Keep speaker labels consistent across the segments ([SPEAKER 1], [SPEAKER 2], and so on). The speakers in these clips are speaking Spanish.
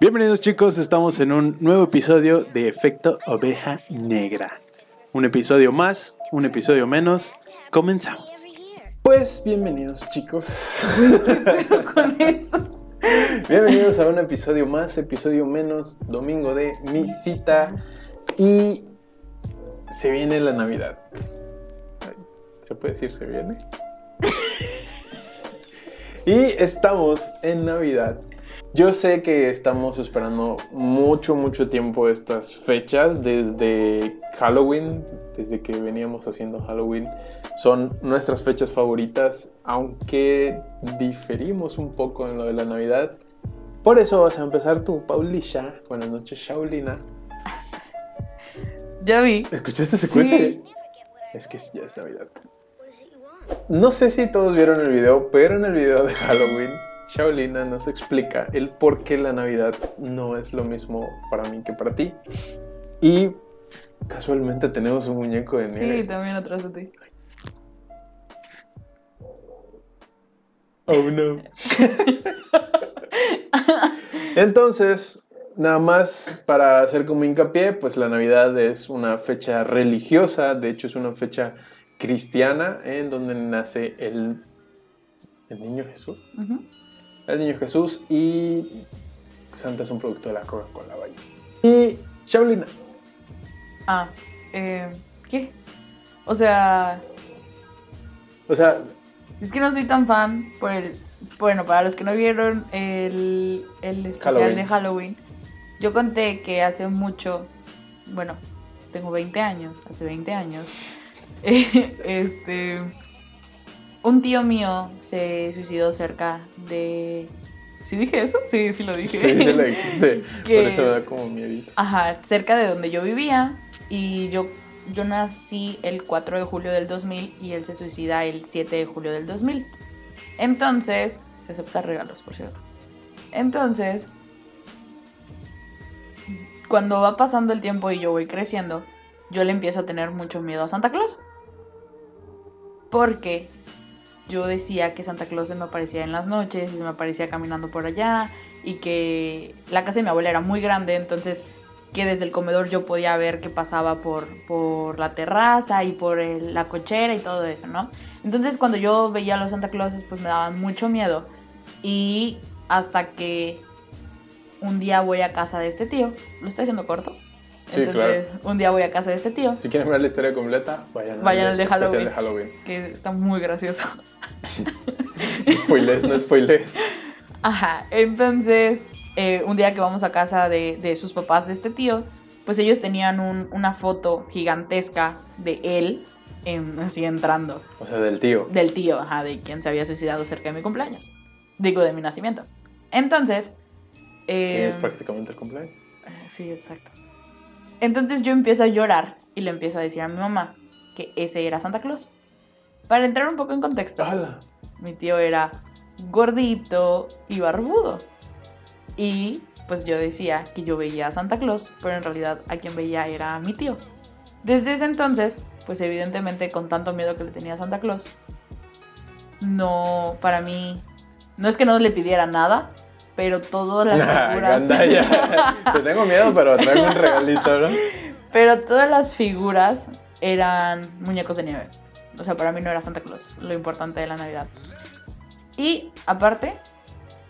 [SPEAKER 1] Bienvenidos chicos, estamos en un nuevo episodio de Efecto Oveja Negra. Un episodio más, un episodio menos. Comenzamos.
[SPEAKER 2] Pues bienvenidos chicos,
[SPEAKER 3] con eso.
[SPEAKER 2] bienvenidos a un episodio más, episodio menos, domingo de mi cita y se viene la Navidad. Ay, ¿Se puede decir se viene? y estamos en Navidad. Yo sé que estamos esperando mucho, mucho tiempo estas fechas desde Halloween, desde que veníamos haciendo Halloween. Son nuestras fechas favoritas, aunque diferimos un poco en lo de la Navidad. Por eso vas a empezar tú, Paulisha. Buenas noches, Shaulina.
[SPEAKER 3] Ya vi.
[SPEAKER 2] ¿Escuchaste ese
[SPEAKER 3] Sí.
[SPEAKER 2] cuete? Es que ya es Navidad. No sé si todos vieron el video, pero en el video de Halloween, Shaolina nos explica el por qué la Navidad no es lo mismo para mí que para ti. Y casualmente tenemos un muñeco de nieve.
[SPEAKER 3] Sí, también atrás de ti.
[SPEAKER 2] Oh no. Entonces, nada más para hacer como hincapié, pues la Navidad es una fecha religiosa, de hecho es una fecha cristiana en donde nace el, el niño Jesús.
[SPEAKER 3] Ujú.
[SPEAKER 2] El niño Jesús y Santa es un producto de la Coca-Cola, vaya. Y Shaolina.
[SPEAKER 3] Ah, eh, ¿qué? O sea,
[SPEAKER 2] O sea,
[SPEAKER 3] es que no soy tan fan por el... Bueno, para los que no vieron el, el especial
[SPEAKER 2] Halloween.
[SPEAKER 3] de Halloween, yo conté que hace mucho, bueno, tengo 20 años, hace 20 años, eh, este, un tío mío se suicidó cerca de... ¿Sí dije eso? Sí, sí lo dije.
[SPEAKER 2] sí, sí lo dijiste.
[SPEAKER 3] Que-
[SPEAKER 2] Por eso me da como miedito.
[SPEAKER 3] Ajá, cerca de donde yo vivía y yo, yo nací el 4 de julio del 2000 y él se suicida el 7 de julio del 2000. Entonces, se aceptan regalos, por cierto. Entonces, cuando va pasando el tiempo y yo voy creciendo, yo le empiezo a tener mucho miedo a Santa Claus. Porque yo decía que Santa Claus se me aparecía en las noches y se me aparecía caminando por allá y que la casa de mi abuela era muy grande, entonces que desde el comedor yo podía ver que pasaba por, por la terraza y por el- la cochera y todo eso, ¿no? Entonces cuando yo veía a los Santa Clauses pues me daban mucho miedo y hasta que un día voy a casa de este tío, lo estoy haciendo corto,
[SPEAKER 2] Sí, claro.
[SPEAKER 3] entonces un día voy a casa de este tío
[SPEAKER 2] Si quieren ver la historia completa, vayan,
[SPEAKER 3] Vayan al de
[SPEAKER 2] especial
[SPEAKER 3] Halloween.
[SPEAKER 2] de Halloween.
[SPEAKER 3] que está muy gracioso.
[SPEAKER 2] Spoilers, no spoilers.
[SPEAKER 3] Ajá, entonces eh, un día que vamos a casa de, de sus papás de este tío, pues ellos tenían un- una foto gigantesca de él, en- así entrando,
[SPEAKER 2] O sea, del tío.
[SPEAKER 3] del tío, ajá, de quien se había suicidado cerca de mi cumpleaños, digo, de mi nacimiento. Entonces...
[SPEAKER 2] Que es
[SPEAKER 3] em,
[SPEAKER 2] prácticamente el cumpleaños.
[SPEAKER 3] Sí, exacto. Entonces yo empiezo a llorar y le empiezo a decir a mi mamá que ese era Santa Claus. Para entrar un poco en contexto,
[SPEAKER 2] ¡Hala!
[SPEAKER 3] mi tío era gordito y barbudo. Y pues yo decía que yo veía a Santa Claus, pero en realidad a quien veía era a mi tío. Desde ese entonces, pues evidentemente con tanto miedo que le tenía a Santa Claus, no, para mí, no es que no le pidiera nada, pero todas las figuras...
[SPEAKER 2] Gandaya. Te tengo miedo, pero traigo un regalito, ¿no?
[SPEAKER 3] Pero todas las figuras eran muñecos de nieve. O sea, para mí no era Santa Claus, lo importante de la Navidad. Y aparte,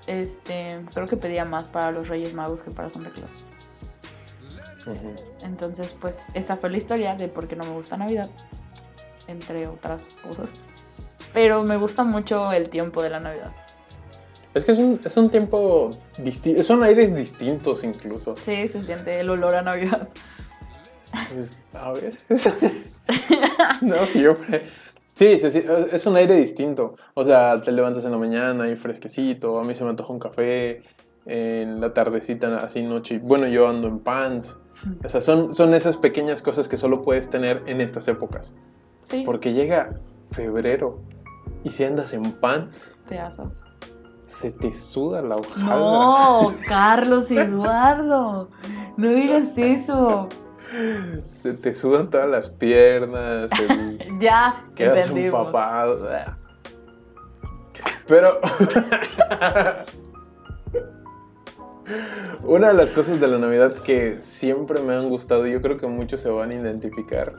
[SPEAKER 3] este, creo que pedía más para los Reyes Magos que para Santa Claus. Entonces, pues esa fue la historia de por qué no me gusta Navidad, entre otras cosas. Pero me gusta mucho el tiempo de la Navidad.
[SPEAKER 2] Es que es un, es un tiempo distinto. Son aires distintos, incluso.
[SPEAKER 3] Sí, se siente el olor a Navidad.
[SPEAKER 2] Pues, a veces. no, siempre. Sí, sí, sí, es un aire distinto. O sea, te levantas en la mañana y fresquecito. A mí se me antoja un café. En la tardecita, así noche. Bueno, yo ando en pants. O sea, son, son esas pequeñas cosas que solo puedes tener en estas épocas.
[SPEAKER 3] Sí,
[SPEAKER 2] Porque llega febrero y si andas en pants,
[SPEAKER 3] te asas.
[SPEAKER 2] se te suda la hojalda.
[SPEAKER 3] No, Carlos Eduardo, no digas eso.
[SPEAKER 2] Se te sudan todas las piernas, el-
[SPEAKER 3] Ya
[SPEAKER 2] quedas
[SPEAKER 3] entendimos.
[SPEAKER 2] empapado. Pero una de las cosas de la Navidad que siempre me han gustado, y yo creo que muchos se van a identificar,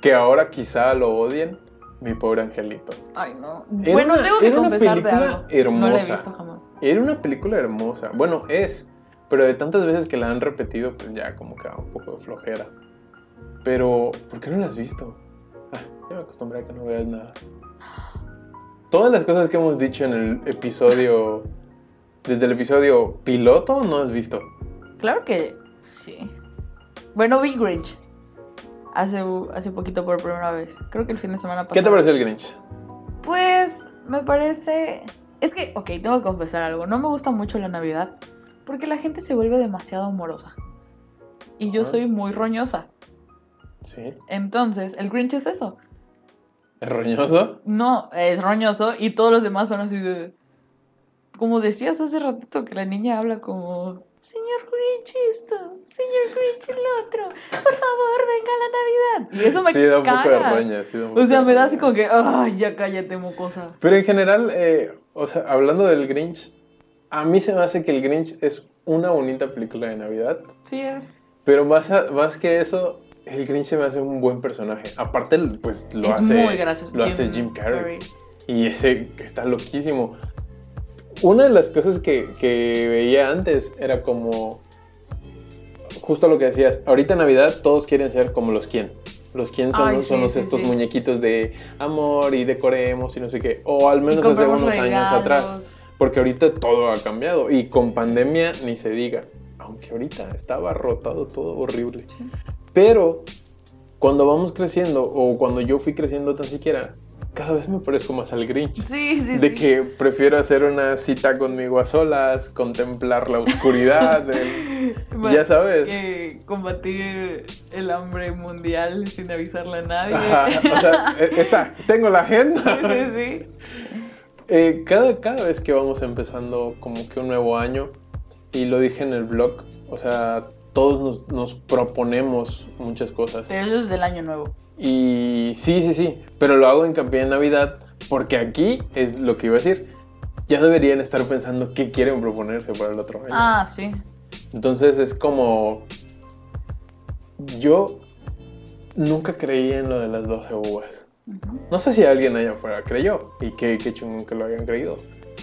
[SPEAKER 2] que ahora quizá lo odien, mi pobre angelito.
[SPEAKER 3] Ay, no.
[SPEAKER 2] Era
[SPEAKER 3] bueno,
[SPEAKER 2] una-
[SPEAKER 3] tengo que
[SPEAKER 2] era una
[SPEAKER 3] confesarte
[SPEAKER 2] película
[SPEAKER 3] algo. No la he
[SPEAKER 2] hermosa.
[SPEAKER 3] visto jamás.
[SPEAKER 2] Era una película hermosa. Bueno, es. Pero de tantas veces que la han repetido, pues ya como que da un poco de flojera. Pero, ¿por qué no la has visto? Ah, ya me acostumbré a que no veas nada. Todas las cosas que hemos dicho en el episodio. desde el episodio piloto, no has visto.
[SPEAKER 3] Claro que sí. Bueno, vi Grinch. Hace, hace poquito por primera vez. Creo que el fin de semana pasado.
[SPEAKER 2] ¿Qué te pareció el Grinch?
[SPEAKER 3] Pues me parece... Es que, ok, tengo que confesar algo. No me gusta mucho la Navidad porque la gente se vuelve demasiado amorosa. Y yo
[SPEAKER 2] Ajá.
[SPEAKER 3] soy muy roñosa.
[SPEAKER 2] Sí.
[SPEAKER 3] Entonces, el Grinch es eso.
[SPEAKER 2] ¿Es roñoso?
[SPEAKER 3] No, es roñoso y todos los demás son así de... Como decías hace ratito que la niña habla como... Señor Grinch esto, señor Grinch el otro, por favor venga la Navidad. Y eso me
[SPEAKER 2] sí, da un poco de
[SPEAKER 3] caga.
[SPEAKER 2] roña. sí da un poco
[SPEAKER 3] o sea,
[SPEAKER 2] de
[SPEAKER 3] me da
[SPEAKER 2] roña.
[SPEAKER 3] así como que, ay, ya cállate, mocosa.
[SPEAKER 2] Pero en general, eh, o sea, hablando del Grinch, a mí se me hace que el Grinch es una bonita película de Navidad,
[SPEAKER 3] Sí es.
[SPEAKER 2] pero más, a- más que eso, el Grinch se me hace un buen personaje. Aparte, pues lo
[SPEAKER 3] es
[SPEAKER 2] hace
[SPEAKER 3] muy gracioso.
[SPEAKER 2] lo hace Jim Carrey. Y ese está loquísimo. Una de las cosas que, que veía antes era como. Justo lo que decías, ahorita en Navidad todos quieren ser como los quien. Los quien son,
[SPEAKER 3] Ay,
[SPEAKER 2] los- son
[SPEAKER 3] sí,
[SPEAKER 2] los
[SPEAKER 3] sí,
[SPEAKER 2] estos
[SPEAKER 3] sí.
[SPEAKER 2] muñequitos de amor y decoremos y no sé qué. O al menos hace unos años atrás. Porque ahorita todo ha cambiado y con pandemia ni se diga. Aunque ahorita estaba rotado todo horrible.
[SPEAKER 3] Sí.
[SPEAKER 2] Pero cuando vamos creciendo o cuando yo fui creciendo tan siquiera, cada vez me parezco más al Grinch.
[SPEAKER 3] Sí, sí,
[SPEAKER 2] De
[SPEAKER 3] sí.
[SPEAKER 2] que prefiero hacer una cita conmigo a solas, contemplar la oscuridad, el-
[SPEAKER 3] Bueno,
[SPEAKER 2] ya sabes.
[SPEAKER 3] que combatir el hambre mundial sin avisarle a nadie.
[SPEAKER 2] Ajá, o sea, e- esa, tengo la
[SPEAKER 3] Sí,
[SPEAKER 2] agenda.
[SPEAKER 3] sí, sí.
[SPEAKER 2] Eh, cada, cada vez que vamos empezando como que un nuevo año, y lo dije en el blog, o sea, todos nos, nos proponemos muchas cosas.
[SPEAKER 3] Pero eso es del año nuevo.
[SPEAKER 2] Y sí, sí, sí, pero lo hago en hincapié en Navidad, porque aquí es lo que iba a decir. Ya deberían estar pensando qué quieren proponerse para el otro año.
[SPEAKER 3] Ah, sí.
[SPEAKER 2] Entonces es como... Yo nunca creí en lo de las 12 uvas.
[SPEAKER 3] Ujú.
[SPEAKER 2] No sé si alguien allá afuera creyó y qué, qué chungón que lo hayan creído.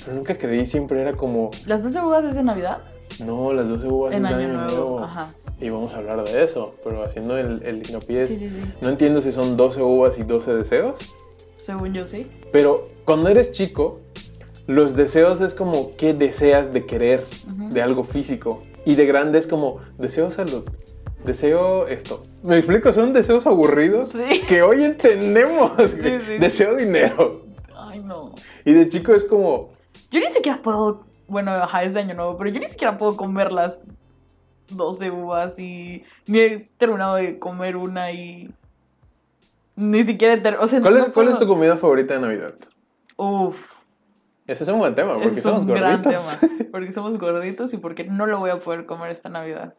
[SPEAKER 2] Pero nunca creí, siempre era como,
[SPEAKER 3] ¿Las 12 uvas es de Navidad?
[SPEAKER 2] no, las 12 uvas
[SPEAKER 3] en
[SPEAKER 2] es
[SPEAKER 3] año,
[SPEAKER 2] de
[SPEAKER 3] nuevo. Ajá.
[SPEAKER 2] Y vamos a hablar de eso, pero haciendo el, el hincapié es-
[SPEAKER 3] Sí, sí, sí.
[SPEAKER 2] No entiendo si son 12 uvas y 12 deseos,
[SPEAKER 3] Según yo, sí.
[SPEAKER 2] pero cuando eres chico, los deseos es como qué deseas de querer,
[SPEAKER 3] Ujú.
[SPEAKER 2] de algo físico. Y de grande es como deseo salud, deseo esto. ¿Me explico? Son deseos aburridos
[SPEAKER 3] Sí.
[SPEAKER 2] que hoy entendemos. güey.
[SPEAKER 3] Sí, sí.
[SPEAKER 2] Deseo dinero.
[SPEAKER 3] Ay, no.
[SPEAKER 2] Y de chico es como,
[SPEAKER 3] Yo ni siquiera puedo. Bueno, ajá, es de año nuevo, pero yo ni siquiera puedo comer las 12 uvas y. Ni he terminado de comer una y. Ni siquiera. he ter- O sea,
[SPEAKER 2] ¿cuál es,
[SPEAKER 3] no
[SPEAKER 2] cuál es tu
[SPEAKER 3] puedo-
[SPEAKER 2] comida favorita de Navidad?
[SPEAKER 3] Uf.
[SPEAKER 2] Ese es un buen tema, Ah, porque
[SPEAKER 3] Ese es
[SPEAKER 2] somos
[SPEAKER 3] un gran
[SPEAKER 2] gorditos.
[SPEAKER 3] tema. Porque somos gorditos y porque no lo voy a poder comer esta Navidad.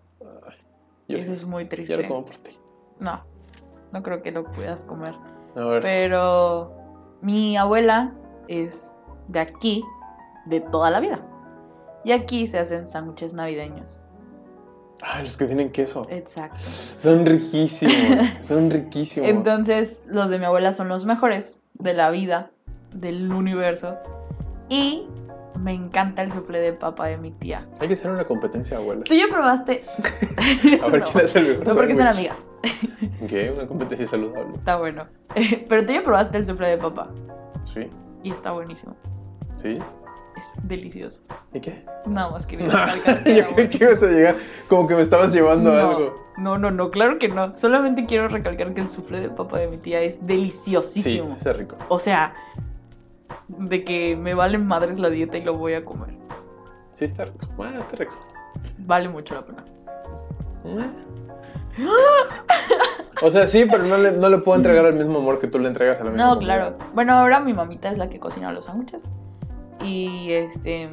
[SPEAKER 2] Yo
[SPEAKER 3] Y eso
[SPEAKER 2] sí,
[SPEAKER 3] es muy
[SPEAKER 2] ya
[SPEAKER 3] triste.
[SPEAKER 2] lo como por ti.
[SPEAKER 3] No, no creo que lo puedas comer.
[SPEAKER 2] A ver,
[SPEAKER 3] Pero mi abuela es de aquí, de toda la vida. Y aquí se hacen sándwiches navideños.
[SPEAKER 2] ay, los que tienen queso.
[SPEAKER 3] Exacto.
[SPEAKER 2] Son riquísimos, son riquísimos.
[SPEAKER 3] Entonces, los de mi abuela son los mejores de la vida, del universo. Y me encanta el soufflé de papa de mi tía.
[SPEAKER 2] Hay que hacer una competencia, abuela.
[SPEAKER 3] ¿Tú ya probaste?
[SPEAKER 2] A ver
[SPEAKER 3] No.
[SPEAKER 2] quién hace el mejor
[SPEAKER 3] No, porque son
[SPEAKER 2] sándwich.
[SPEAKER 3] amigas.
[SPEAKER 2] Ok, una competencia saludable.
[SPEAKER 3] Está bueno. Pero tú ya probaste el soufflé de papa.
[SPEAKER 2] Sí,
[SPEAKER 3] Y está buenísimo.
[SPEAKER 2] sí.
[SPEAKER 3] Es delicioso.
[SPEAKER 2] ¿Y qué?
[SPEAKER 3] Nada más quería recalcar que era
[SPEAKER 2] Yo creí que
[SPEAKER 3] buenísimo.
[SPEAKER 2] ibas a llegar como que me estabas llevando a algo.
[SPEAKER 3] No, no, no, claro que no. Solamente quiero recalcar que el soufflé de papa de mi tía es
[SPEAKER 2] Sí,
[SPEAKER 3] deliciosísimo.
[SPEAKER 2] está rico.
[SPEAKER 3] O sea, de que me valen madres la dieta y lo voy a comer.
[SPEAKER 2] Sí, está rico. Bueno, está rico.
[SPEAKER 3] Vale mucho la pena. ¡Ah!
[SPEAKER 2] O sea, sí, pero no le, no le puedo entregar el mismo amor que tú le entregas a la misma
[SPEAKER 3] No,
[SPEAKER 2] comida.
[SPEAKER 3] claro. Bueno, ahora mi mamita es la que cocina los sándwiches. Y este,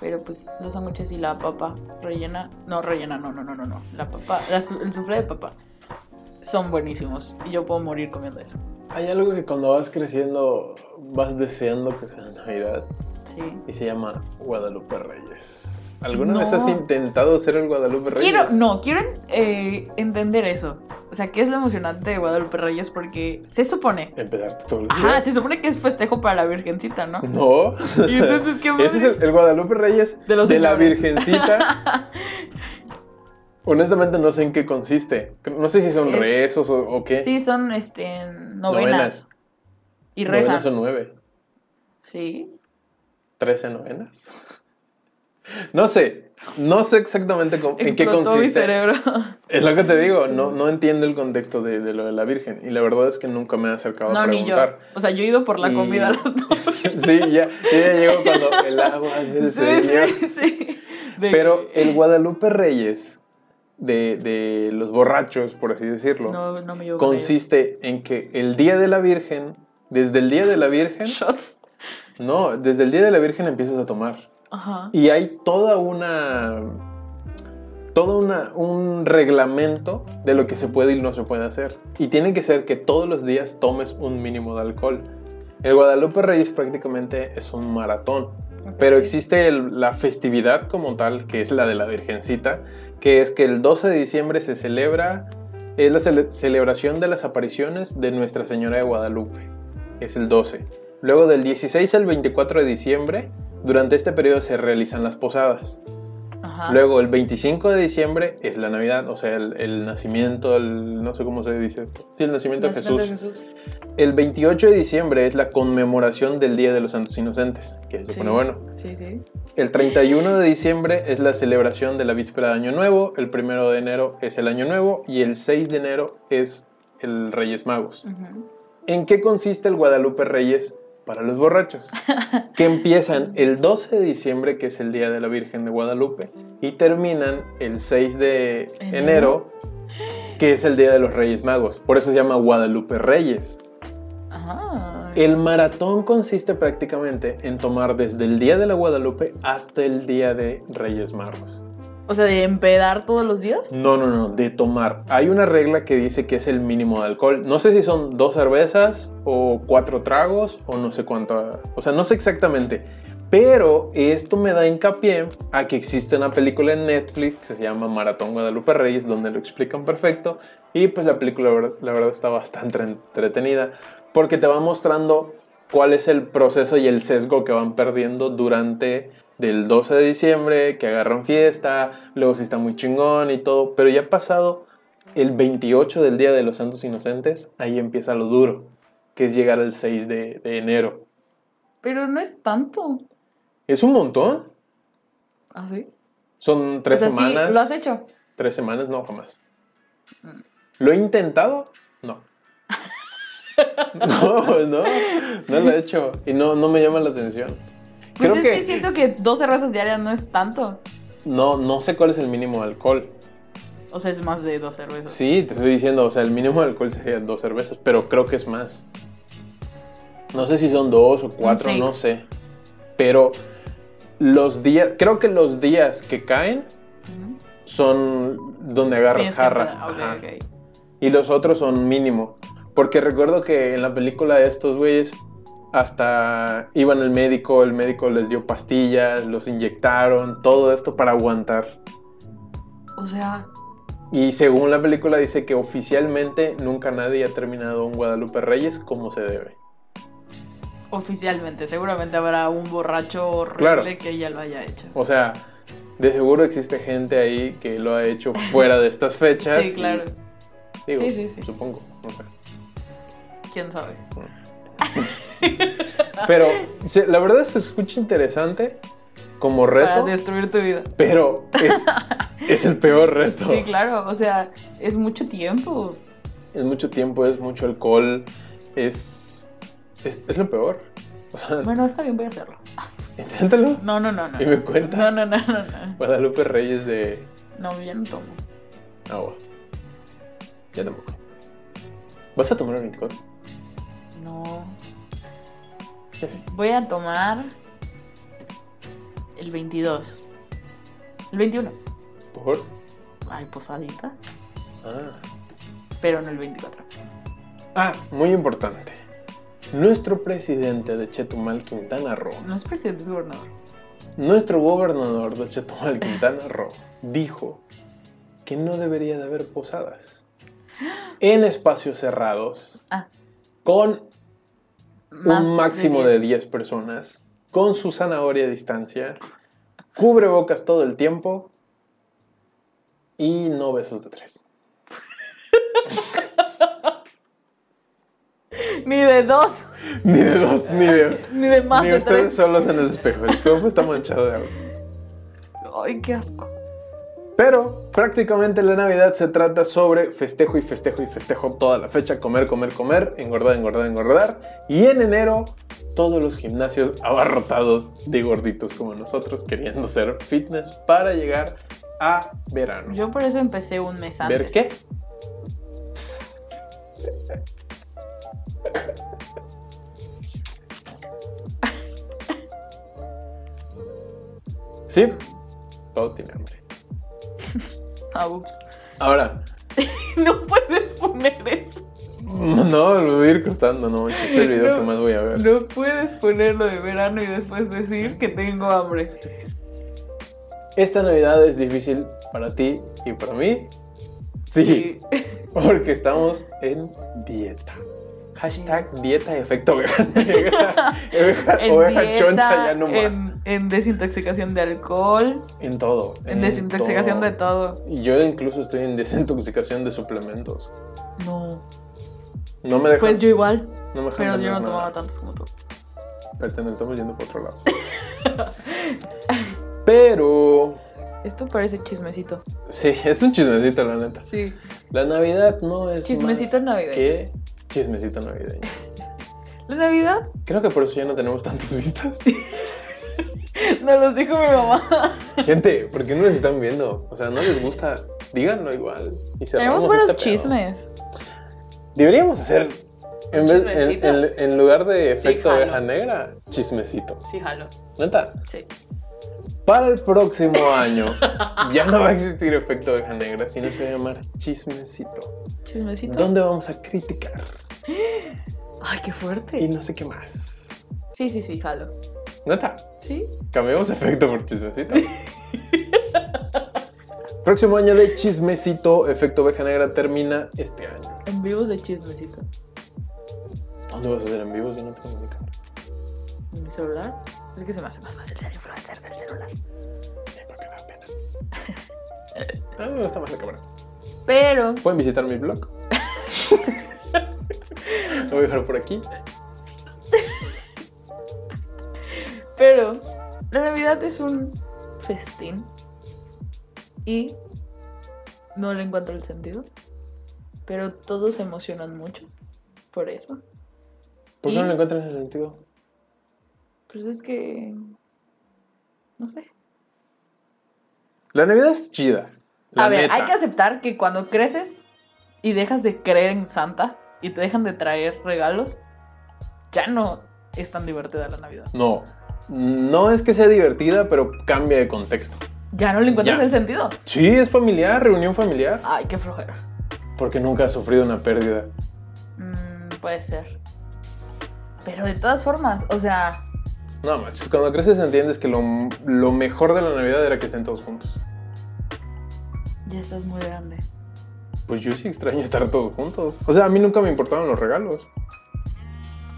[SPEAKER 3] pero pues los sándwiches y la papa rellena. No, rellena, no, no, no, no, no. La papa, la su- el sufle de papa. son buenísimos y yo puedo morir comiendo eso.
[SPEAKER 2] Hay algo que cuando vas creciendo vas deseando que sea Navidad
[SPEAKER 3] Sí.
[SPEAKER 2] y se llama Guadalupe Reyes. ¿Alguna
[SPEAKER 3] No.
[SPEAKER 2] vez has intentado hacer el Guadalupe Reyes?
[SPEAKER 3] Quiero, no, quiero eh, entender eso. O sea, ¿qué es lo emocionante de Guadalupe Reyes? Porque se
[SPEAKER 2] Pues
[SPEAKER 3] supone.
[SPEAKER 2] Empezarte todo el
[SPEAKER 3] Ajá,
[SPEAKER 2] día.
[SPEAKER 3] se supone que es festejo para la Virgencita, ¿no?
[SPEAKER 2] No.
[SPEAKER 3] Y entonces, ¿qué más?
[SPEAKER 2] Ese es el, el Guadalupe Reyes
[SPEAKER 3] De
[SPEAKER 2] de,
[SPEAKER 3] los
[SPEAKER 2] la
[SPEAKER 3] señores.
[SPEAKER 2] Virgencita. Honestamente no sé en qué consiste. No sé si son
[SPEAKER 3] Es-
[SPEAKER 2] rezos o, o qué.
[SPEAKER 3] Sí, son este, novenas.
[SPEAKER 2] Novenas.
[SPEAKER 3] Y rezan.
[SPEAKER 2] Novenas son nueve.
[SPEAKER 3] Sí.
[SPEAKER 2] Trece novenas. No sé. No sé exactamente cómo- en qué
[SPEAKER 3] Explotó mi
[SPEAKER 2] consiste.
[SPEAKER 3] cerebro.
[SPEAKER 2] Es lo que te digo, no, no entiendo el contexto de, de lo de la Virgen. Y la verdad es que nunca me he acercado a
[SPEAKER 3] No, ni yo.
[SPEAKER 2] preguntar.
[SPEAKER 3] O sea, yo he ido por la
[SPEAKER 2] Y-
[SPEAKER 3] comida a las dos.
[SPEAKER 2] Sí, ya, yo ya llego cuando el agua del
[SPEAKER 3] Sí,
[SPEAKER 2] Señor.
[SPEAKER 3] sí, sí. De
[SPEAKER 2] Pero
[SPEAKER 3] que-
[SPEAKER 2] el Guadalupe Reyes, de, de los borrachos, por así decirlo,
[SPEAKER 3] No, no me llevo con
[SPEAKER 2] consiste en que el día de la Virgen, desde el día de la Virgen,
[SPEAKER 3] ellos. Shots.
[SPEAKER 2] no, desde el día de la Virgen empiezas a tomar.
[SPEAKER 3] Ajá.
[SPEAKER 2] Y hay toda una. Todo una, un reglamento de lo que se puede y no se puede hacer. Y tiene que ser que todos los días tomes un mínimo de alcohol. El Guadalupe Reyes prácticamente es un maratón. Pero existe el- la festividad como tal, que es la de la Virgencita, que es que el 12 de diciembre se celebra, es la cele- celebración de las apariciones de Nuestra Señora de Guadalupe. Es el 12. Luego del 16 al 24 de diciembre, durante este periodo se realizan las posadas.
[SPEAKER 3] Ajá.
[SPEAKER 2] Luego el 25 de diciembre es la Navidad, o sea, el, el nacimiento, el, no sé cómo se dice esto. Sí, el nacimiento de
[SPEAKER 3] Nacimiento
[SPEAKER 2] Jesús. El 28 de diciembre es la conmemoración del Día de los Santos Inocentes, que se
[SPEAKER 3] Sí.
[SPEAKER 2] pone bueno.
[SPEAKER 3] Sí, sí.
[SPEAKER 2] El 31 de diciembre es la celebración de la víspera de Año Nuevo, el 1 de enero es el Año Nuevo y el 6 de enero es el Reyes Magos.
[SPEAKER 3] Ujú.
[SPEAKER 2] ¿En qué consiste el Guadalupe Reyes para los borrachos? Que empiezan el 12 de diciembre, que es el Día de la Virgen de Guadalupe, y terminan el 6 de
[SPEAKER 3] Enero.
[SPEAKER 2] enero, que es el Día de los Reyes Magos. Por eso se llama Guadalupe Reyes.
[SPEAKER 3] Ajá.
[SPEAKER 2] El maratón consiste prácticamente en tomar desde el día de la Guadalupe hasta el día de Reyes Magos.
[SPEAKER 3] O sea, de empedar todos los días.
[SPEAKER 2] No, no, no, de tomar. Hay una regla que dice que es el mínimo de alcohol. No sé si son dos cervezas o cuatro tragos o no sé cuánto. O sea, no sé exactamente. Pero esto me da hincapié a que existe una película en Netflix que se llama Maratón Guadalupe Reyes, donde lo explican perfecto. Y pues la película, la verdad- la verdad, está bastante entretenida porque te va mostrando cuál es el proceso y el sesgo que van perdiendo durante del 12 de diciembre, que agarran fiesta, luego si está muy chingón y todo, pero ya pasado el 28 del Día de los Santos Inocentes, ahí empieza lo duro, que es llegar al 6 de, de enero.
[SPEAKER 3] Pero no es tanto.
[SPEAKER 2] Es un montón,
[SPEAKER 3] Así.
[SPEAKER 2] son tres
[SPEAKER 3] o sea,
[SPEAKER 2] semanas,
[SPEAKER 3] Sí, lo has hecho.
[SPEAKER 2] tres semanas, no, jamás.
[SPEAKER 3] Mm.
[SPEAKER 2] ¿Lo he intentado? No. no, pues no, no lo he hecho y no, no me llama la atención.
[SPEAKER 3] Pues
[SPEAKER 2] Creo
[SPEAKER 3] es que...
[SPEAKER 2] que-
[SPEAKER 3] siento que dos cervezas diarias no es tanto.
[SPEAKER 2] No, no sé cuál es el mínimo de alcohol.
[SPEAKER 3] O sea, es más de dos cervezas.
[SPEAKER 2] Sí, te estoy diciendo, o sea, el mínimo de alcohol serían dos cervezas, pero creo que es más. No sé si son dos o cuatro,
[SPEAKER 3] seis.
[SPEAKER 2] no sé. Pero los días, creo que los días que caen
[SPEAKER 3] Ujú.
[SPEAKER 2] son donde agarras
[SPEAKER 3] Tienes que
[SPEAKER 2] jarra.
[SPEAKER 3] empedar. Ok,
[SPEAKER 2] Ajá.
[SPEAKER 3] ok.
[SPEAKER 2] Y los otros son mínimo. Porque recuerdo que en la película de estos güeyes hasta iban al médico, el médico les dio pastillas, los inyectaron, todo esto para aguantar.
[SPEAKER 3] O sea,
[SPEAKER 2] Y según la película dice que oficialmente nunca nadie ha terminado un Guadalupe Reyes como se debe.
[SPEAKER 3] oficialmente, seguramente habrá un borracho horrible
[SPEAKER 2] Claro.
[SPEAKER 3] que ya lo haya hecho.
[SPEAKER 2] O sea, de seguro existe gente ahí que lo ha hecho fuera de estas fechas.
[SPEAKER 3] Sí,
[SPEAKER 2] y-
[SPEAKER 3] claro.
[SPEAKER 2] digo,
[SPEAKER 3] Sí, sí, sí.
[SPEAKER 2] Supongo. no sé.
[SPEAKER 3] ¿Quién sabe?
[SPEAKER 2] Pero se- la verdad se escucha interesante como
[SPEAKER 3] Para
[SPEAKER 2] reto,
[SPEAKER 3] destruir tu vida.
[SPEAKER 2] pero es, es el peor reto.
[SPEAKER 3] Sí, claro. O sea, es mucho tiempo.
[SPEAKER 2] Es mucho tiempo, es mucho alcohol, es, es, es lo peor. O sea,
[SPEAKER 3] Bueno, está bien, voy a hacerlo.
[SPEAKER 2] inténtalo.
[SPEAKER 3] No, no, no, no.
[SPEAKER 2] ¿Y me cuentas?
[SPEAKER 3] No, no, no, no, no.
[SPEAKER 2] Guadalupe Reyes de
[SPEAKER 3] No, ya no tomo.
[SPEAKER 2] Agua. Ya tampoco. ¿Vas a tomar el 24?
[SPEAKER 3] No. Voy a tomar el 22. El 21.
[SPEAKER 2] ¿Por?
[SPEAKER 3] Ay, posadita.
[SPEAKER 2] Ah.
[SPEAKER 3] pero no el 24.
[SPEAKER 2] Ah, muy importante. Nuestro presidente de Chetumal, Quintana Roo,
[SPEAKER 3] No es presidente, es gobernador.
[SPEAKER 2] nuestro gobernador de Chetumal, Quintana Roo, dijo que no debería de haber posadas en espacios cerrados
[SPEAKER 3] Ah,
[SPEAKER 2] con
[SPEAKER 3] más
[SPEAKER 2] un máximo de
[SPEAKER 3] 10.
[SPEAKER 2] 10 personas, con su zanahoria a distancia, cubrebocas todo el tiempo y no besos de tres.
[SPEAKER 3] Ni de dos,
[SPEAKER 2] Ni de dos, ni de...
[SPEAKER 3] ni de más
[SPEAKER 2] ni
[SPEAKER 3] de
[SPEAKER 2] ustedes
[SPEAKER 3] tres.
[SPEAKER 2] solos en el espejo. El cuerpo está manchado de agua.
[SPEAKER 3] Ay, qué asco.
[SPEAKER 2] Pero prácticamente la Navidad se trata sobre festejo y festejo y festejo toda la fecha, comer, comer, comer, engordar, engordar, engordar. Y en enero todos los gimnasios abarrotados de gorditos como nosotros queriendo ser fitness para llegar a verano.
[SPEAKER 3] Yo por eso empecé un mes antes.
[SPEAKER 2] ¿Ver qué? Sí, todo tiene hambre.
[SPEAKER 3] Ah, ups.
[SPEAKER 2] Ahora,
[SPEAKER 3] No puedes poner eso.
[SPEAKER 2] no, lo voy a ir cortando, no, este es el video
[SPEAKER 3] No.
[SPEAKER 2] que más voy a ver.
[SPEAKER 3] No puedes ponerlo de verano y después decir que tengo hambre.
[SPEAKER 2] Esta Navidad es difícil para ti y para mí. Sí, porque estamos en dieta. Hashtag dieta efecto oveja negra.
[SPEAKER 3] En
[SPEAKER 2] oveja
[SPEAKER 3] dieta,
[SPEAKER 2] choncha ya no más.
[SPEAKER 3] en, en desintoxicación de alcohol,
[SPEAKER 2] En todo.
[SPEAKER 3] en, desintoxicación de todo.
[SPEAKER 2] Y Yo incluso estoy en desintoxicación de suplementos.
[SPEAKER 3] No.
[SPEAKER 2] No me dejan.
[SPEAKER 3] Pues yo igual,
[SPEAKER 2] no me dejan
[SPEAKER 3] pero yo
[SPEAKER 2] beber
[SPEAKER 3] no
[SPEAKER 2] nada.
[SPEAKER 3] tomaba tantos como tú.
[SPEAKER 2] Espérate, nos estamos yendo por otro lado. pero.
[SPEAKER 3] Esto parece chismecito.
[SPEAKER 2] Sí, es un chismecito, la neta.
[SPEAKER 3] Sí.
[SPEAKER 2] La Navidad no es.
[SPEAKER 3] Chismecito
[SPEAKER 2] más
[SPEAKER 3] navideño.
[SPEAKER 2] Que chismecito navideño.
[SPEAKER 3] La Navidad
[SPEAKER 2] Creo que por eso ya no tenemos tantas vistas.
[SPEAKER 3] nos los dijo mi mamá.
[SPEAKER 2] Gente, ¿por qué no les están viendo? O sea, no les gusta. Díganlo igual. Y cerramos
[SPEAKER 3] Tenemos buenos
[SPEAKER 2] este pedo.
[SPEAKER 3] chismes.
[SPEAKER 2] Deberíamos hacer. En, vez, en,
[SPEAKER 3] Chismecito.
[SPEAKER 2] en- en lugar de
[SPEAKER 3] Sí,
[SPEAKER 2] efecto
[SPEAKER 3] jalo.
[SPEAKER 2] oveja negra, chismecito.
[SPEAKER 3] Sí, jalo.
[SPEAKER 2] Neta,
[SPEAKER 3] Sí.
[SPEAKER 2] para el próximo año ya no va a existir efecto oveja negra, sino se va a llamar chismecito.
[SPEAKER 3] Chismecito.
[SPEAKER 2] Donde vamos a criticar
[SPEAKER 3] Ay, qué
[SPEAKER 2] y
[SPEAKER 3] fuerte.
[SPEAKER 2] no sé qué más.
[SPEAKER 3] Sí, sí, sí, jalo.
[SPEAKER 2] Neta,
[SPEAKER 3] Sí.
[SPEAKER 2] cambiamos efecto por chismecito. próximo año de chismecito, efecto oveja negra termina este año.
[SPEAKER 3] En vivos de chismecito.
[SPEAKER 2] ¿Dónde vas a hacer en vivo? Yo no tengo mi cámara.
[SPEAKER 3] ¿En mi celular? Es que se me hace más fácil ser influencer del celular.
[SPEAKER 2] Ay, porque me da pena. A mí me gusta más la cámara.
[SPEAKER 3] Pero
[SPEAKER 2] Pueden visitar mi blog. Lo voy a dejar por aquí.
[SPEAKER 3] Pero la Navidad es un festín y no le encuentro el sentido. Pero todos se emocionan mucho por eso.
[SPEAKER 2] ¿Por qué
[SPEAKER 3] ¿Y?
[SPEAKER 2] no lo encuentran en el sentido?
[SPEAKER 3] Pues es que... No sé.
[SPEAKER 2] La Navidad es chida. la
[SPEAKER 3] A ver,
[SPEAKER 2] neta.
[SPEAKER 3] hay que aceptar que cuando creces y dejas de creer en Santa y te dejan de traer regalos, ya no es tan divertida la Navidad.
[SPEAKER 2] No. No es que sea divertida, pero cambia de contexto.
[SPEAKER 3] Ya no le encuentras
[SPEAKER 2] Ya.
[SPEAKER 3] el sentido.
[SPEAKER 2] Sí, es familiar, reunión familiar.
[SPEAKER 3] Ay, qué flojera.
[SPEAKER 2] Porque nunca has sufrido una pérdida.
[SPEAKER 3] Mm, puede ser. Pero de todas formas, o sea,
[SPEAKER 2] No, manches, cuando creces entiendes que lo, lo mejor de la Navidad era que estén todos juntos.
[SPEAKER 3] ya estás muy grande.
[SPEAKER 2] Pues yo sí extraño estar todos juntos. O sea, a mí nunca me importaban los regalos.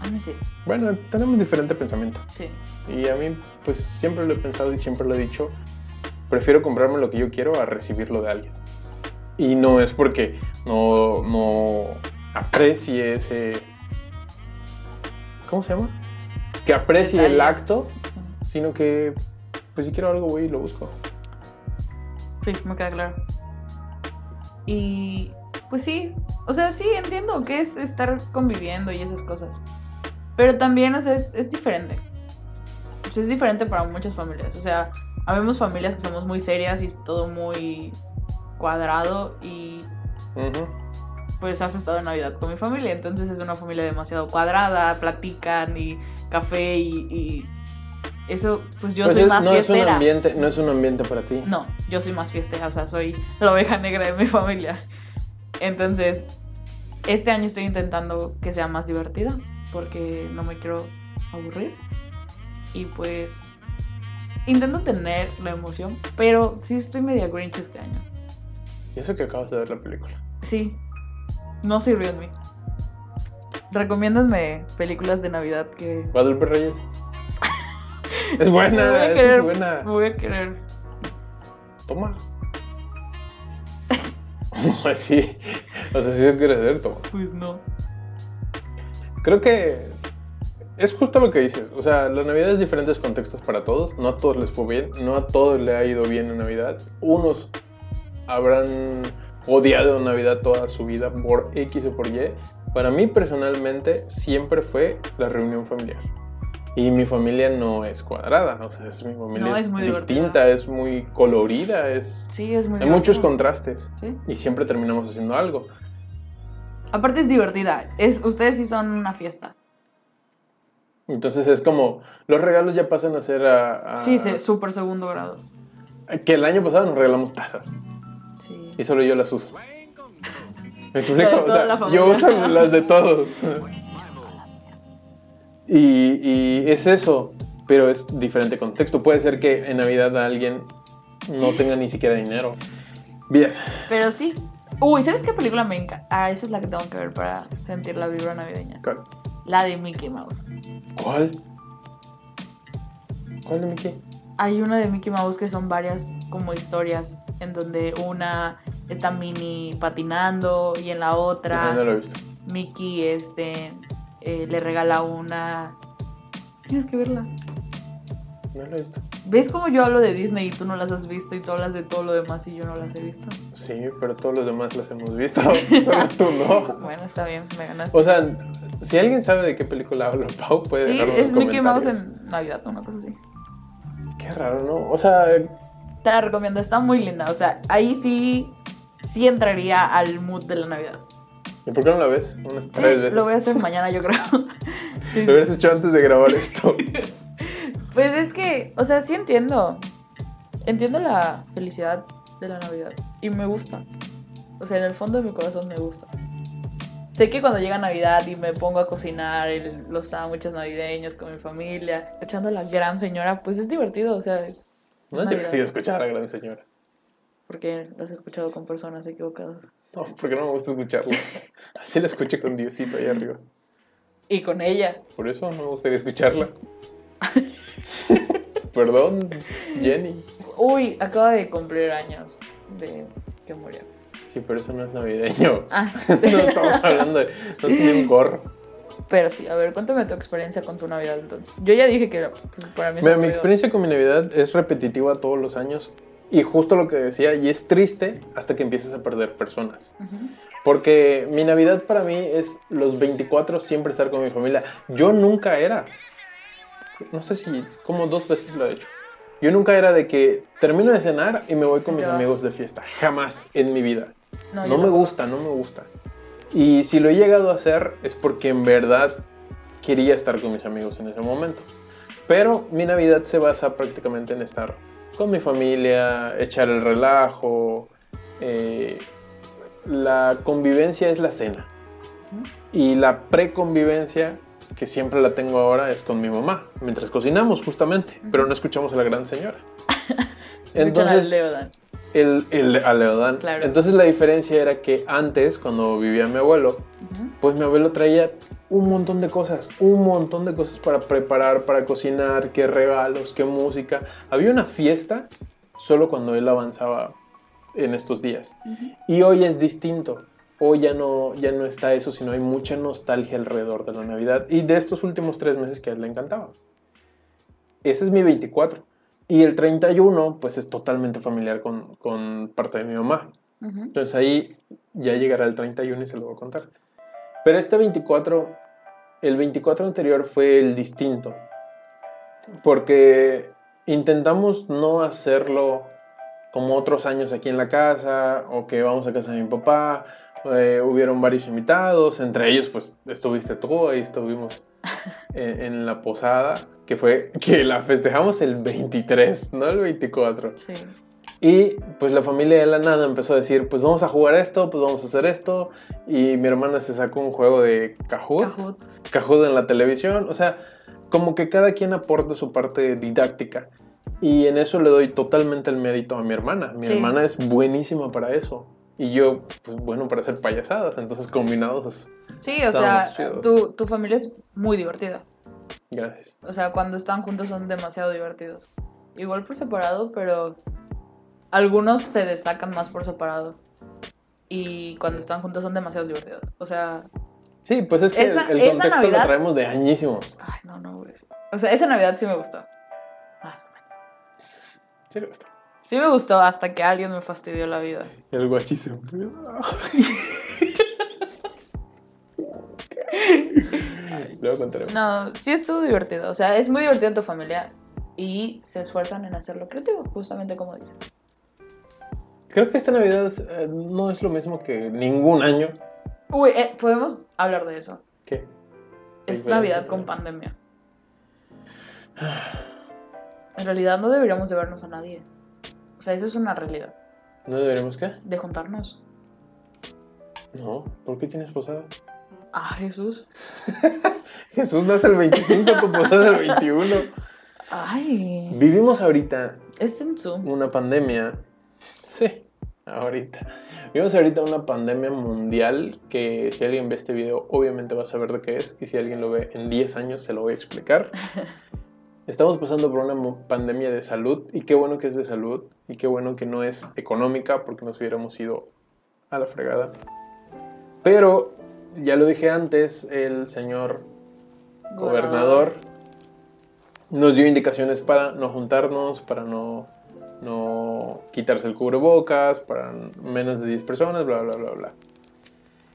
[SPEAKER 3] A mí sí,
[SPEAKER 2] Bueno, tenemos diferente pensamiento.
[SPEAKER 3] sí.
[SPEAKER 2] Y a mí, pues siempre lo he pensado y siempre lo he dicho, prefiero comprarme lo que yo quiero a recibirlo de alguien. Y no es porque no, no aprecie ese... ¿Cómo se llama? Que aprecie el
[SPEAKER 3] Detalle.
[SPEAKER 2] acto, sino que, pues si quiero algo voy y lo busco.
[SPEAKER 3] Sí, me queda claro. Y pues sí, o sea, sí, entiendo que es estar conviviendo y esas cosas. Pero también, o sea, es, es diferente. O sea, es diferente para muchas familias. O sea, habemos familias que somos muy serias y es todo muy cuadrado y
[SPEAKER 2] Ujú.
[SPEAKER 3] pues has estado en Navidad con mi familia, entonces es una familia demasiado cuadrada, platican y café y, y eso, pues yo
[SPEAKER 2] Pues
[SPEAKER 3] soy
[SPEAKER 2] es-
[SPEAKER 3] más
[SPEAKER 2] no
[SPEAKER 3] fiestera.
[SPEAKER 2] Es un ambiente, no es un ambiente para ti.
[SPEAKER 3] No, yo soy más fiestera, o sea, soy la oveja negra de mi familia. Entonces, Este año estoy intentando que sea más divertida porque no me quiero aburrir. Y pues intento tener la emoción, pero sí estoy media grinch este año.
[SPEAKER 2] Y eso que acabas de ver la película.
[SPEAKER 3] Sí, no sirvió en mí. Recomiéndenme películas de Navidad que...
[SPEAKER 2] Guadalupe Reyes. es buena,
[SPEAKER 3] Me voy a
[SPEAKER 2] esa
[SPEAKER 3] querer-
[SPEAKER 2] es buena.
[SPEAKER 3] Me voy a querer.
[SPEAKER 2] Toma. Así. O sea, si lo quieres hacer, toma.
[SPEAKER 3] Pues no.
[SPEAKER 2] Creo que es justo lo que dices. O sea, la Navidad es diferentes contextos para todos. No a todos les fue bien. No a todos le ha ido bien en Navidad. Unos habrán odiado Navidad toda su vida por X o por Y. Para mí personalmente siempre fue la reunión familiar. Y mi familia no es cuadrada. O sea, es, mi familia
[SPEAKER 3] No,
[SPEAKER 2] es,
[SPEAKER 3] es muy
[SPEAKER 2] distinta,
[SPEAKER 3] divertida.
[SPEAKER 2] es muy colorida, es...
[SPEAKER 3] Sí, es muy
[SPEAKER 2] Hay muchos
[SPEAKER 3] divertida.
[SPEAKER 2] contrastes.
[SPEAKER 3] Sí.
[SPEAKER 2] Y siempre terminamos haciendo algo.
[SPEAKER 3] Aparte es divertida. Es, ustedes sí son una fiesta.
[SPEAKER 2] Entonces es como, los regalos ya pasan a ser a... a-
[SPEAKER 3] Sí, sí, súper segundo grado.
[SPEAKER 2] Que el año pasado nos regalamos tazas
[SPEAKER 3] Sí.
[SPEAKER 2] y solo yo las uso. ¿Me explico? O
[SPEAKER 3] toda
[SPEAKER 2] sea,
[SPEAKER 3] la familia.
[SPEAKER 2] yo uso las de todos. Y, y es eso, pero es diferente contexto. Puede ser que en Navidad alguien no tenga ni siquiera dinero. Bien,
[SPEAKER 3] Pero sí. Uy, ¿sabes qué película me encanta? Ah, esa es la que tengo que ver para sentir la vibra navideña.
[SPEAKER 2] ¿cuál?
[SPEAKER 3] La de Mickey Mouse.
[SPEAKER 2] ¿Cuál? ¿Cuál de Mickey?
[SPEAKER 3] Hay una de Mickey Mouse que son varias como historias en donde una está Minnie patinando y en la otra
[SPEAKER 2] Ah, No, no lo he visto.
[SPEAKER 3] Mickey este eh, le regala una Tienes que verla.
[SPEAKER 2] No lo he visto.
[SPEAKER 3] ¿Ves cómo yo hablo de Disney y tú no las has visto y tú hablas de todo lo demás y yo no las he visto?
[SPEAKER 2] Sí, pero todos los demás las hemos visto. Solo tú no.
[SPEAKER 3] Bueno, está bien, me ganaste.
[SPEAKER 2] O sea, si alguien sabe de qué película hablo, Pau, puede
[SPEAKER 3] sí,
[SPEAKER 2] dejarlo en
[SPEAKER 3] es
[SPEAKER 2] los
[SPEAKER 3] Mickey Mouse
[SPEAKER 2] comentarios.
[SPEAKER 3] en Navidad, una cosa así.
[SPEAKER 2] Qué raro, ¿no? O sea,
[SPEAKER 3] Te la recomiendo, está muy linda. O sea, ahí sí, sí entraría al mood de la Navidad.
[SPEAKER 2] ¿y por qué no la ves? Unas
[SPEAKER 3] Sí,
[SPEAKER 2] tres veces.
[SPEAKER 3] lo voy a hacer mañana, yo creo. Sí,
[SPEAKER 2] Lo hubieras hecho antes de grabar esto.
[SPEAKER 3] Pues es que, o sea, sí entiendo. Entiendo la felicidad de la Navidad. Y me gusta. O sea, en el fondo de mi corazón me gusta. Sé que cuando llega Navidad y me pongo a cocinar el- los sándwiches navideños con mi familia, echando a la gran señora, pues es divertido, o sea, es...
[SPEAKER 2] No es
[SPEAKER 3] Navidad.
[SPEAKER 2] divertido escuchar a la gran señora.
[SPEAKER 3] Porque los he escuchado con personas equivocadas.
[SPEAKER 2] No, porque no me gusta escucharla. Así la escuché con Diosito ahí arriba.
[SPEAKER 3] Y con ella.
[SPEAKER 2] Por eso no me gustaría escucharla. Perdón, Jenny.
[SPEAKER 3] Uy, acaba de cumplir años de que murió.
[SPEAKER 2] Sí, pero eso no es navideño.
[SPEAKER 3] Ah,
[SPEAKER 2] No estamos hablando de. No tiene un gorro.
[SPEAKER 3] pero sí, a ver, cuéntame tu experiencia con tu Navidad entonces. Yo ya dije que pues, para mí es
[SPEAKER 2] Mira, mi
[SPEAKER 3] aburrido.
[SPEAKER 2] experiencia con mi Navidad es repetitiva todos los años y justo lo que decía, y es triste hasta que empiezas a perder personas.
[SPEAKER 3] Ujú.
[SPEAKER 2] Porque mi Navidad para mí es los 24 siempre estar con mi familia. Yo nunca era, no sé si como dos veces lo he hecho. Yo nunca era de que termino de cenar y me voy con
[SPEAKER 3] Y te
[SPEAKER 2] mis
[SPEAKER 3] vas.
[SPEAKER 2] amigos de fiesta. Jamás en mi vida.
[SPEAKER 3] No,
[SPEAKER 2] No
[SPEAKER 3] yo
[SPEAKER 2] me gusta, no me gusta. Y si lo he llegado a hacer es porque en verdad quería estar con mis amigos en ese momento. Pero mi Navidad se basa prácticamente en estar con mi familia, echar el relajo. eh, la convivencia es la cena. Y la preconvivencia, que siempre la tengo ahora, es con mi mamá, mientras cocinamos justamente, pero no escuchamos a la gran señora.
[SPEAKER 3] Escuchan al Leodan.
[SPEAKER 2] El, el a Leodán.
[SPEAKER 3] Claro.
[SPEAKER 2] Entonces la diferencia era que antes, cuando vivía mi abuelo, pues mi abuelo traía un montón de cosas, un montón de cosas para preparar, para cocinar, qué regalos, qué música. Había una fiesta solo cuando él avanzaba en estos días. Y hoy es distinto. Hoy ya no, ya no está eso, sino hay mucha nostalgia alrededor de la Navidad y de estos últimos tres meses que a él le encantaba. Ese es mi 24. Y el 31, pues es totalmente familiar con, con parte de mi mamá.
[SPEAKER 3] Ujú.
[SPEAKER 2] Entonces ahí ya llegará el 31 y se lo voy a contar. Pero este 24, el 24 anterior fue el distinto. Porque intentamos no hacerlo como otros años aquí en la casa o que vamos a casa de mi papá. Eh, hubieron varios invitados, entre ellos pues estuviste tú, ahí estuvimos en, en la posada, que fue que la festejamos el 23, no el 24.
[SPEAKER 3] Sí.
[SPEAKER 2] Y pues la familia de la nada empezó a decir, pues vamos a jugar esto, pues vamos a hacer esto. Y mi hermana se sacó un juego de Kahoot.
[SPEAKER 3] Kahoot.
[SPEAKER 2] Cajuda en la televisión. O sea, como que cada quien aporta su parte didáctica. Y en eso le doy totalmente el mérito a mi hermana. Mi
[SPEAKER 3] Sí.
[SPEAKER 2] hermana es buenísima para eso. Y yo, pues bueno, para hacer payasadas. Entonces, combinados.
[SPEAKER 3] Sí, o
[SPEAKER 2] Estábamos
[SPEAKER 3] sea,
[SPEAKER 2] chidos.
[SPEAKER 3] tu, tu familia es muy divertida.
[SPEAKER 2] Gracias.
[SPEAKER 3] O sea, cuando están juntos son demasiado divertidos. Igual por separado, pero algunos se destacan más por separado. Y cuando están juntos son demasiado divertidos. O sea,
[SPEAKER 2] Sí, pues es que el-
[SPEAKER 3] Esa-
[SPEAKER 2] el,
[SPEAKER 3] esa
[SPEAKER 2] contexto
[SPEAKER 3] Navidad-
[SPEAKER 2] lo traemos de añísimos.
[SPEAKER 3] ay, no, no, güey. O sea, esa Navidad sí me gustó. Más o menos.
[SPEAKER 2] Sí, le gusta.
[SPEAKER 3] Sí me gustó hasta que alguien me fastidió la vida.
[SPEAKER 2] El guachismo. Luego contaremos.
[SPEAKER 3] No, sí estuvo divertido. O sea, es muy divertido en tu familia. Y se esfuerzan en hacerlo creativo, justamente como dices.
[SPEAKER 2] Creo que esta Navidad eh, no es lo mismo que ningún año.
[SPEAKER 3] Uy, eh, podemos hablar de eso.
[SPEAKER 2] ¿Qué?
[SPEAKER 3] Es
[SPEAKER 2] Diferencia,
[SPEAKER 3] Navidad
[SPEAKER 2] ¿no?
[SPEAKER 3] con pandemia. En realidad no deberíamos de vernos a nadie. O sea, eso es una realidad.
[SPEAKER 2] ¿No deberíamos qué?
[SPEAKER 3] De juntarnos.
[SPEAKER 2] No, ¿por qué tienes posada?
[SPEAKER 3] Ah, Jesús.
[SPEAKER 2] Jesús nace el 25, tu posada el 21.
[SPEAKER 3] Ay.
[SPEAKER 2] Vivimos ahorita
[SPEAKER 3] Es en Zoom.
[SPEAKER 2] una pandemia. Sí, ahorita. Vivimos ahorita una pandemia mundial que si alguien ve este video obviamente va a saber de qué es y si alguien lo ve en 10 años se lo voy a explicar. Estamos pasando por una mo- pandemia de salud y qué bueno que es de salud y qué bueno que no es económica porque nos hubiéramos ido a la fregada. Pero, ya lo dije antes, el señor gobernador nos dio indicaciones para no juntarnos, para no, no quitarse el cubrebocas, para menos de 10 personas, bla, bla, bla, bla.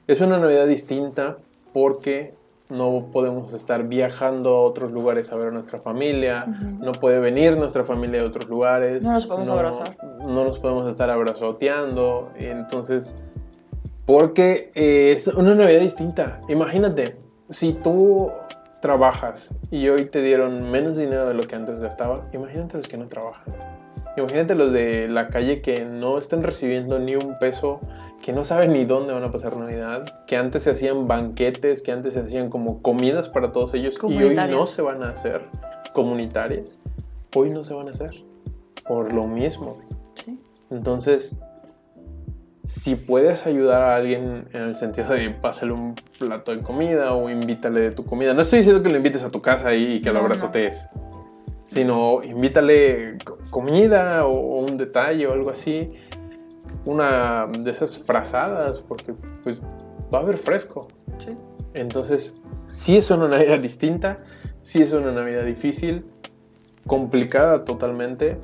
[SPEAKER 2] Es una Navidad distinta porque no podemos estar viajando a otros lugares a ver a nuestra familia,
[SPEAKER 3] Ujú.
[SPEAKER 2] no puede venir nuestra familia de otros lugares.
[SPEAKER 3] No nos podemos abrazar.
[SPEAKER 2] No nos podemos estar abrazoteando. Entonces, porque eh, es una Navidad distinta. Imagínate, si tú trabajas y hoy te dieron menos dinero de lo que antes gastaba, imagínate los que no trabajan. Imagínate los de la calle que no están recibiendo ni un peso, que no saben ni dónde van a pasar Navidad, que antes se hacían banquetes, que antes se hacían como comidas para todos ellos y hoy no
[SPEAKER 3] Comunitarias.
[SPEAKER 2] se van a hacer comunitarias. Hoy no se van a hacer por lo mismo.
[SPEAKER 3] Sí.
[SPEAKER 2] Entonces, si puedes ayudar a alguien en el sentido de pásale un plato de comida o invítale de tu comida, no estoy diciendo que lo invites a tu casa y que lo
[SPEAKER 3] No, no.
[SPEAKER 2] abrazotees, sino invítale co- comida o, o un detalle o algo así, una de esas frazadas, porque pues va a haber fresco.
[SPEAKER 3] Sí.
[SPEAKER 2] Entonces, sí es una Navidad distinta, sí es una Navidad difícil, complicada totalmente,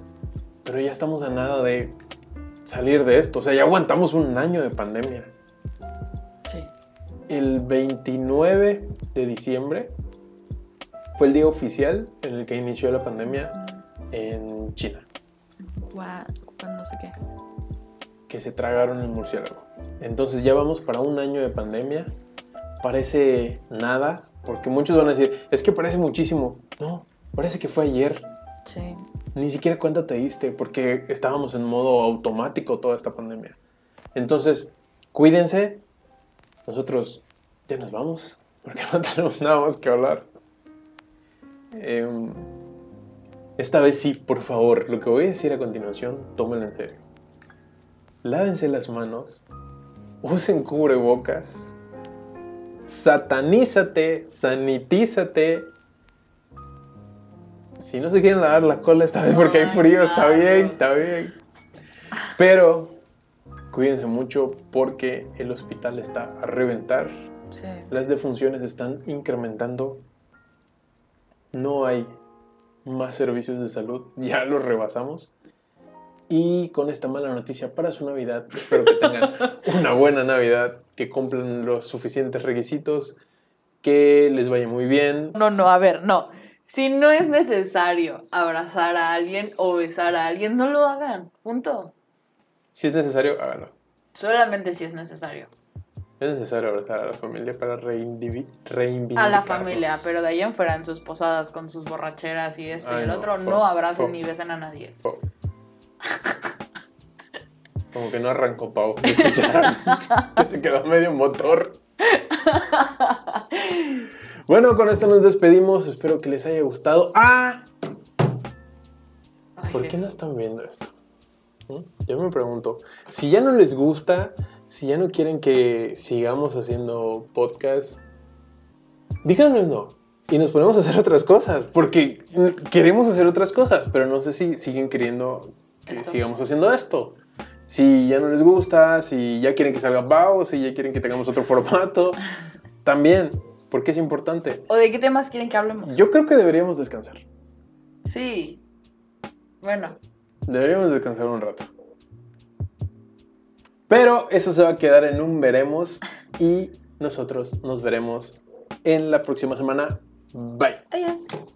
[SPEAKER 2] pero ya estamos a nada de salir de esto. O sea, ya aguantamos un año de pandemia.
[SPEAKER 3] Sí.
[SPEAKER 2] El 29 de diciembre fue el día oficial en el que inició la pandemia en China,
[SPEAKER 3] Mm, Gua- gua- no sé qué.
[SPEAKER 2] que se tragaron el murciélago. Entonces ya vamos para un año de pandemia. Parece nada, porque muchos van a decir, es que parece muchísimo. No, parece que fue ayer.
[SPEAKER 3] Sí.
[SPEAKER 2] Ni siquiera cuenta te diste porque estábamos en modo automático toda esta pandemia. Entonces, cuídense. Nosotros ya nos vamos porque no tenemos nada más que hablar. Em, esta vez sí, por favor, lo que voy a decir a continuación, tómenlo en serio. Lávense las manos, usen cubrebocas, satanízate, sanitízate. Si no se quieren lavar la cola esta vez porque hay
[SPEAKER 3] Ay,
[SPEAKER 2] frío, está bien,
[SPEAKER 3] diablos.
[SPEAKER 2] está bien. Pero cuídense mucho porque el hospital está a reventar,
[SPEAKER 3] Sí.
[SPEAKER 2] las defunciones están incrementando, no hay más servicios de salud, ya los rebasamos. Y con esta mala noticia para su Navidad, espero que tengan una buena Navidad, que cumplan los suficientes requisitos, que les vaya muy bien.
[SPEAKER 3] No, no, a ver, no. Si no es necesario abrazar a alguien o besar a alguien, no lo hagan. Punto.
[SPEAKER 2] Si es necesario, háganlo.
[SPEAKER 3] Solamente si es necesario.
[SPEAKER 2] Es necesario abrazar a la familia para reindivi- reivindicar.
[SPEAKER 3] a la familia, pero de ahí en fuera en sus posadas con sus borracheras y esto
[SPEAKER 2] Ay,
[SPEAKER 3] y el
[SPEAKER 2] no,
[SPEAKER 3] otro,
[SPEAKER 2] fue-
[SPEAKER 3] no abracen
[SPEAKER 2] fue-
[SPEAKER 3] ni besen a nadie.
[SPEAKER 2] Po- Como que no arrancó Pau. ¿me escucharon? Se quedó medio motor. Bueno, con esto nos despedimos. Espero que les haya gustado. ¡Ah!
[SPEAKER 3] Ay,
[SPEAKER 2] ¿Por qué no
[SPEAKER 3] Jesús.
[SPEAKER 2] están viendo esto? ¿Mm? Yo me pregunto, si ya no les gusta, si ya no quieren que sigamos haciendo podcast, díganos no. Y nos ponemos a hacer otras cosas, porque mm, queremos hacer otras cosas, pero no sé si siguen queriendo que
[SPEAKER 3] Esto.
[SPEAKER 2] sigamos haciendo esto. Si ya no les gusta, si ya quieren que salga Pau, si ya quieren que tengamos otro formato, también, porque es Mm. importante.
[SPEAKER 3] ¿O de qué temas quieren que hablemos?
[SPEAKER 2] Yo creo que deberíamos descansar.
[SPEAKER 3] Sí. Bueno,
[SPEAKER 2] Deberíamos descansar un rato. Pero eso se va a quedar en un veremos y nosotros nos veremos en la próxima semana. Bye.
[SPEAKER 3] adiós.